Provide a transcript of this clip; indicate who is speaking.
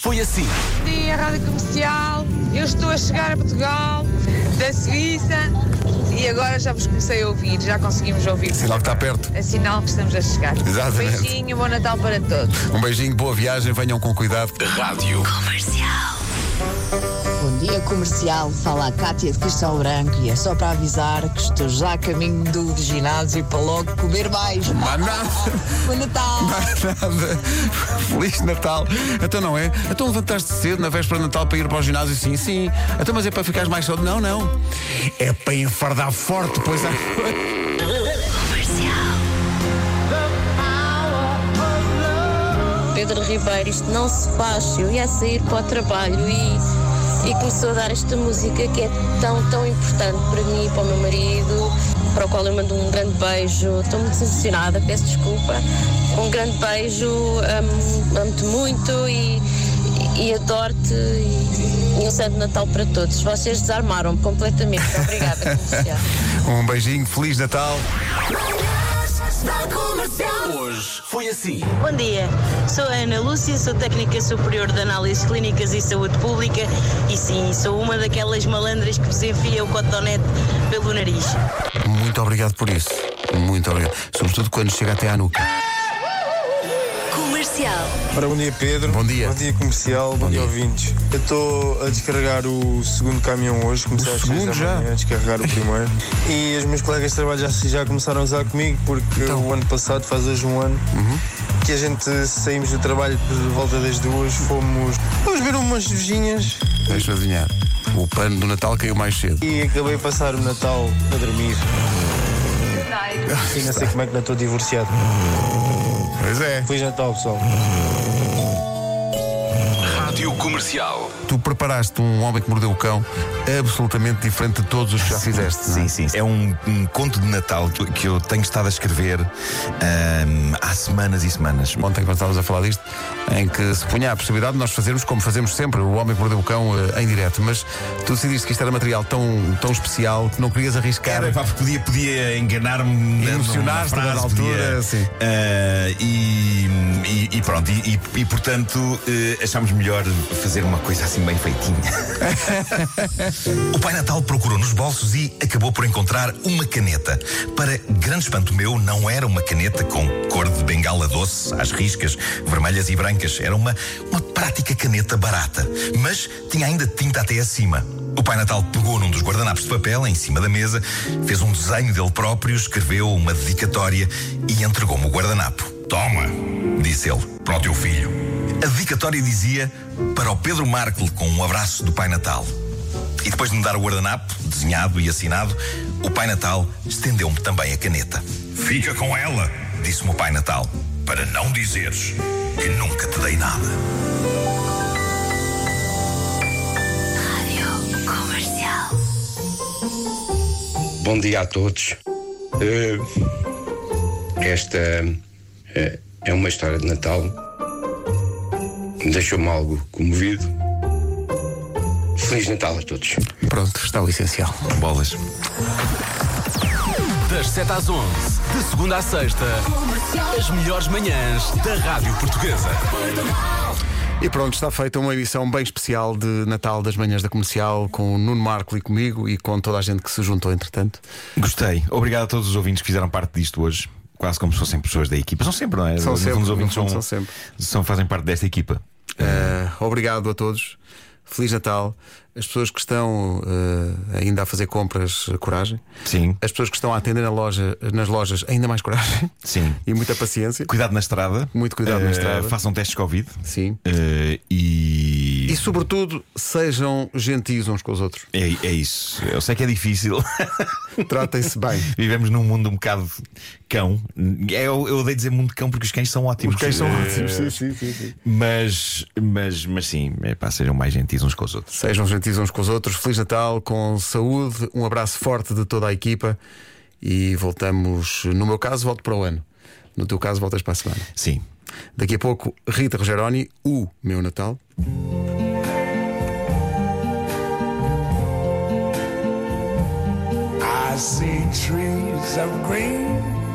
Speaker 1: foi assim.
Speaker 2: Bom dia, Rádio Comercial. Eu estou a chegar a Portugal, da Suíça, e agora já vos comecei a ouvir, já conseguimos ouvir.
Speaker 3: Sinal que está perto.
Speaker 2: É sinal que estamos a chegar.
Speaker 3: Exatamente.
Speaker 2: Beijinho, bom Natal para todos.
Speaker 3: Um beijinho, boa viagem, venham com cuidado.
Speaker 1: Rádio.
Speaker 4: Bom dia comercial, fala a Cátia de Castelo Branco e é só para avisar que estou já a caminho do ginásio para logo comer mais.
Speaker 3: Mas nada,
Speaker 4: Bom Natal!
Speaker 3: mas nada. Feliz Natal. Então não é? Então levantaste cedo na véspera de Natal para ir para o ginásio? Sim, sim. Então mas é para ficares mais cedo? Não, não. É para enfardar forte, pois é.
Speaker 5: Pedro Ribeiro, isto não se faz. Eu ia sair para o trabalho e, e começou a dar esta música que é tão, tão importante para mim e para o meu marido, para o qual eu mando um grande beijo. Estou muito decepcionada, peço desculpa. Um grande beijo, amo- amo-te muito e, e adoro-te. E, e um santo Natal para todos. Vocês desarmaram-me completamente. Obrigada, comercial.
Speaker 3: Um beijinho, Feliz Natal.
Speaker 1: Hoje foi assim.
Speaker 6: Bom dia, sou a Ana Lúcia, sou técnica superior de análises clínicas e saúde pública e sim, sou uma daquelas malandras que vos enfia o cotonete pelo nariz.
Speaker 3: Muito obrigado por isso. Muito obrigado. Sobretudo quando chega até à nuca.
Speaker 7: Ora, bom dia Pedro.
Speaker 3: Bom dia.
Speaker 7: Bom dia comercial, bom, dia, ouvintes. Eu estou a descarregar o segundo caminhão hoje, comecei
Speaker 3: O
Speaker 7: às seis
Speaker 3: segundo
Speaker 7: da
Speaker 3: já?
Speaker 7: manhã a descarregar o primeiro. e os meus colegas de trabalho já, já começaram a usar comigo porque
Speaker 3: Então.
Speaker 7: o ano passado, faz hoje um ano,
Speaker 3: Uhum.
Speaker 7: que a gente saímos do trabalho por volta das duas, fomos, fomos ver umas vizinhas
Speaker 3: Deixa-me adivinhar. O pano do Natal caiu mais cedo.
Speaker 7: e acabei a passar o Natal a dormir. E não sei como é que não estou divorciado.
Speaker 3: Pois é.
Speaker 7: Feliz Natal, pessoal.
Speaker 1: Rádio Comercial.
Speaker 3: Tu preparaste um homem que mordeu o cão absolutamente diferente de todos os que já fizeste. não é?
Speaker 8: Sim, sim. É um, um conto de Natal que- que eu tenho estado a escrever ahm, há semanas e semanas.
Speaker 3: Ontem, quando estávamos a falar disto, em que se punha a possibilidade de nós fazermos como fazemos sempre, o Homem que Mordeu o Cão eh, em direto, mas tu decidiste que isto era material tão, tão especial que não querias arriscar.
Speaker 8: Era, pá, porque podia, podia enganar-me na-
Speaker 3: Emocionar-se
Speaker 8: numa frase,
Speaker 3: a dada altura,
Speaker 8: podia-
Speaker 3: sim.
Speaker 8: Ah, e, e- e pronto, e, e- e, portanto eh, achámos melhor fazer uma coisa assim bem feitinha. o Pai Natal procurou nos bolsos e acabou por encontrar uma caneta. Para grande espanto meu, não era uma caneta com cor de bengala doce, às riscas, vermelhas e brancas. Era uma, uma prática caneta barata, mas tinha ainda tinta até acima. O Pai Natal pegou num dos guardanapos de papel em cima da mesa, fez um desenho dele próprio, escreveu uma dedicatória e entregou-me o guardanapo. Toma, disse ele, para o teu filho. A dedicatória dizia para o Pedro Markle com um abraço do Pai Natal. E depois de me dar o guardanapo, desenhado e assinado, o Pai Natal estendeu-me também a caneta. Fica com ela, disse-me o Pai Natal, para não dizeres que nunca te dei nada.
Speaker 9: Bom dia a todos. Eh, esta eh, é uma história de Natal. Deixou-me algo comovido. Feliz Natal a todos.
Speaker 3: Pronto, está o essencial.
Speaker 8: Bolas.
Speaker 1: Das 7 às 11, de segunda à sexta, as melhores manhãs da Rádio Portuguesa.
Speaker 3: E pronto, está feita uma edição bem especial de Natal das Manhãs da Comercial, com o Nuno Marco e comigo e com toda a gente que se juntou entretanto.
Speaker 8: Gostei. Obrigado a todos os ouvintes que fizeram parte disto hoje. Quase como se fossem pessoas da equipa. São sempre, não é?
Speaker 3: São
Speaker 8: No
Speaker 3: sempre,
Speaker 8: fundo, os
Speaker 3: no
Speaker 8: ouvintes
Speaker 3: fundo,
Speaker 8: são,
Speaker 3: são sempre.
Speaker 8: são- fazem parte desta equipa.
Speaker 3: Eh, obrigado a todos. Feliz Natal. As pessoas que estão eh, ainda a fazer compras, eh, coragem.
Speaker 8: Sim.
Speaker 3: As pessoas que estão a atender na loja, nas lojas, ainda mais coragem.
Speaker 8: Sim.
Speaker 3: E muita paciência.
Speaker 8: Cuidado na estrada.
Speaker 3: Muito cuidado na
Speaker 8: Eh,
Speaker 3: estrada.
Speaker 8: Façam testes Covid.
Speaker 3: Sim.
Speaker 8: Eh, e.
Speaker 3: E sobretudo, sejam gentis uns com os outros.
Speaker 8: É, é isso. Eu sei que é difícil.
Speaker 3: Tratem-se bem.
Speaker 8: Vivemos num mundo um bocado cão. É, Eu, eu odeio dizer mundo cão porque os cães são ótimos.
Speaker 3: Os cães são
Speaker 8: Eh,
Speaker 3: ótimos. Sim, sim, sim, sim.
Speaker 8: Mas, mas, mas sim, é pá, sejam mais gentis uns com os outros.
Speaker 3: Sejam gentis uns com os outros. Feliz Natal, com saúde, um abraço forte de toda a equipa. E voltamos, no meu caso, volto para o ano. No teu caso, voltas para a semana.
Speaker 8: Sim.
Speaker 3: Daqui a pouco, Rita Rogeroni, o meu Natal.
Speaker 10: I see trees of green